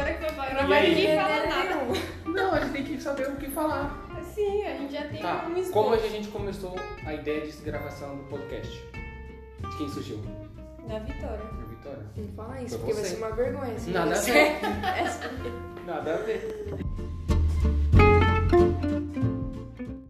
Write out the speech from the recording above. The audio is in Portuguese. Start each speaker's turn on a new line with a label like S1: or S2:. S1: mas
S2: aí?
S1: ninguém fala
S3: Entender
S1: nada.
S3: nenhum.
S2: Não, a gente tem que saber o que falar.
S1: Sim, a gente já tem
S2: Tá,
S1: um esboço.
S2: como a gente começou a ideia de gravação do podcast? De quem surgiu?
S1: Da Vitória.
S2: Da Vitória?
S3: Não fala
S2: Foi
S3: isso, porque vai
S2: você.
S3: ser uma vergonha. se
S2: Nada a
S3: você-
S2: ver. Nada a ver.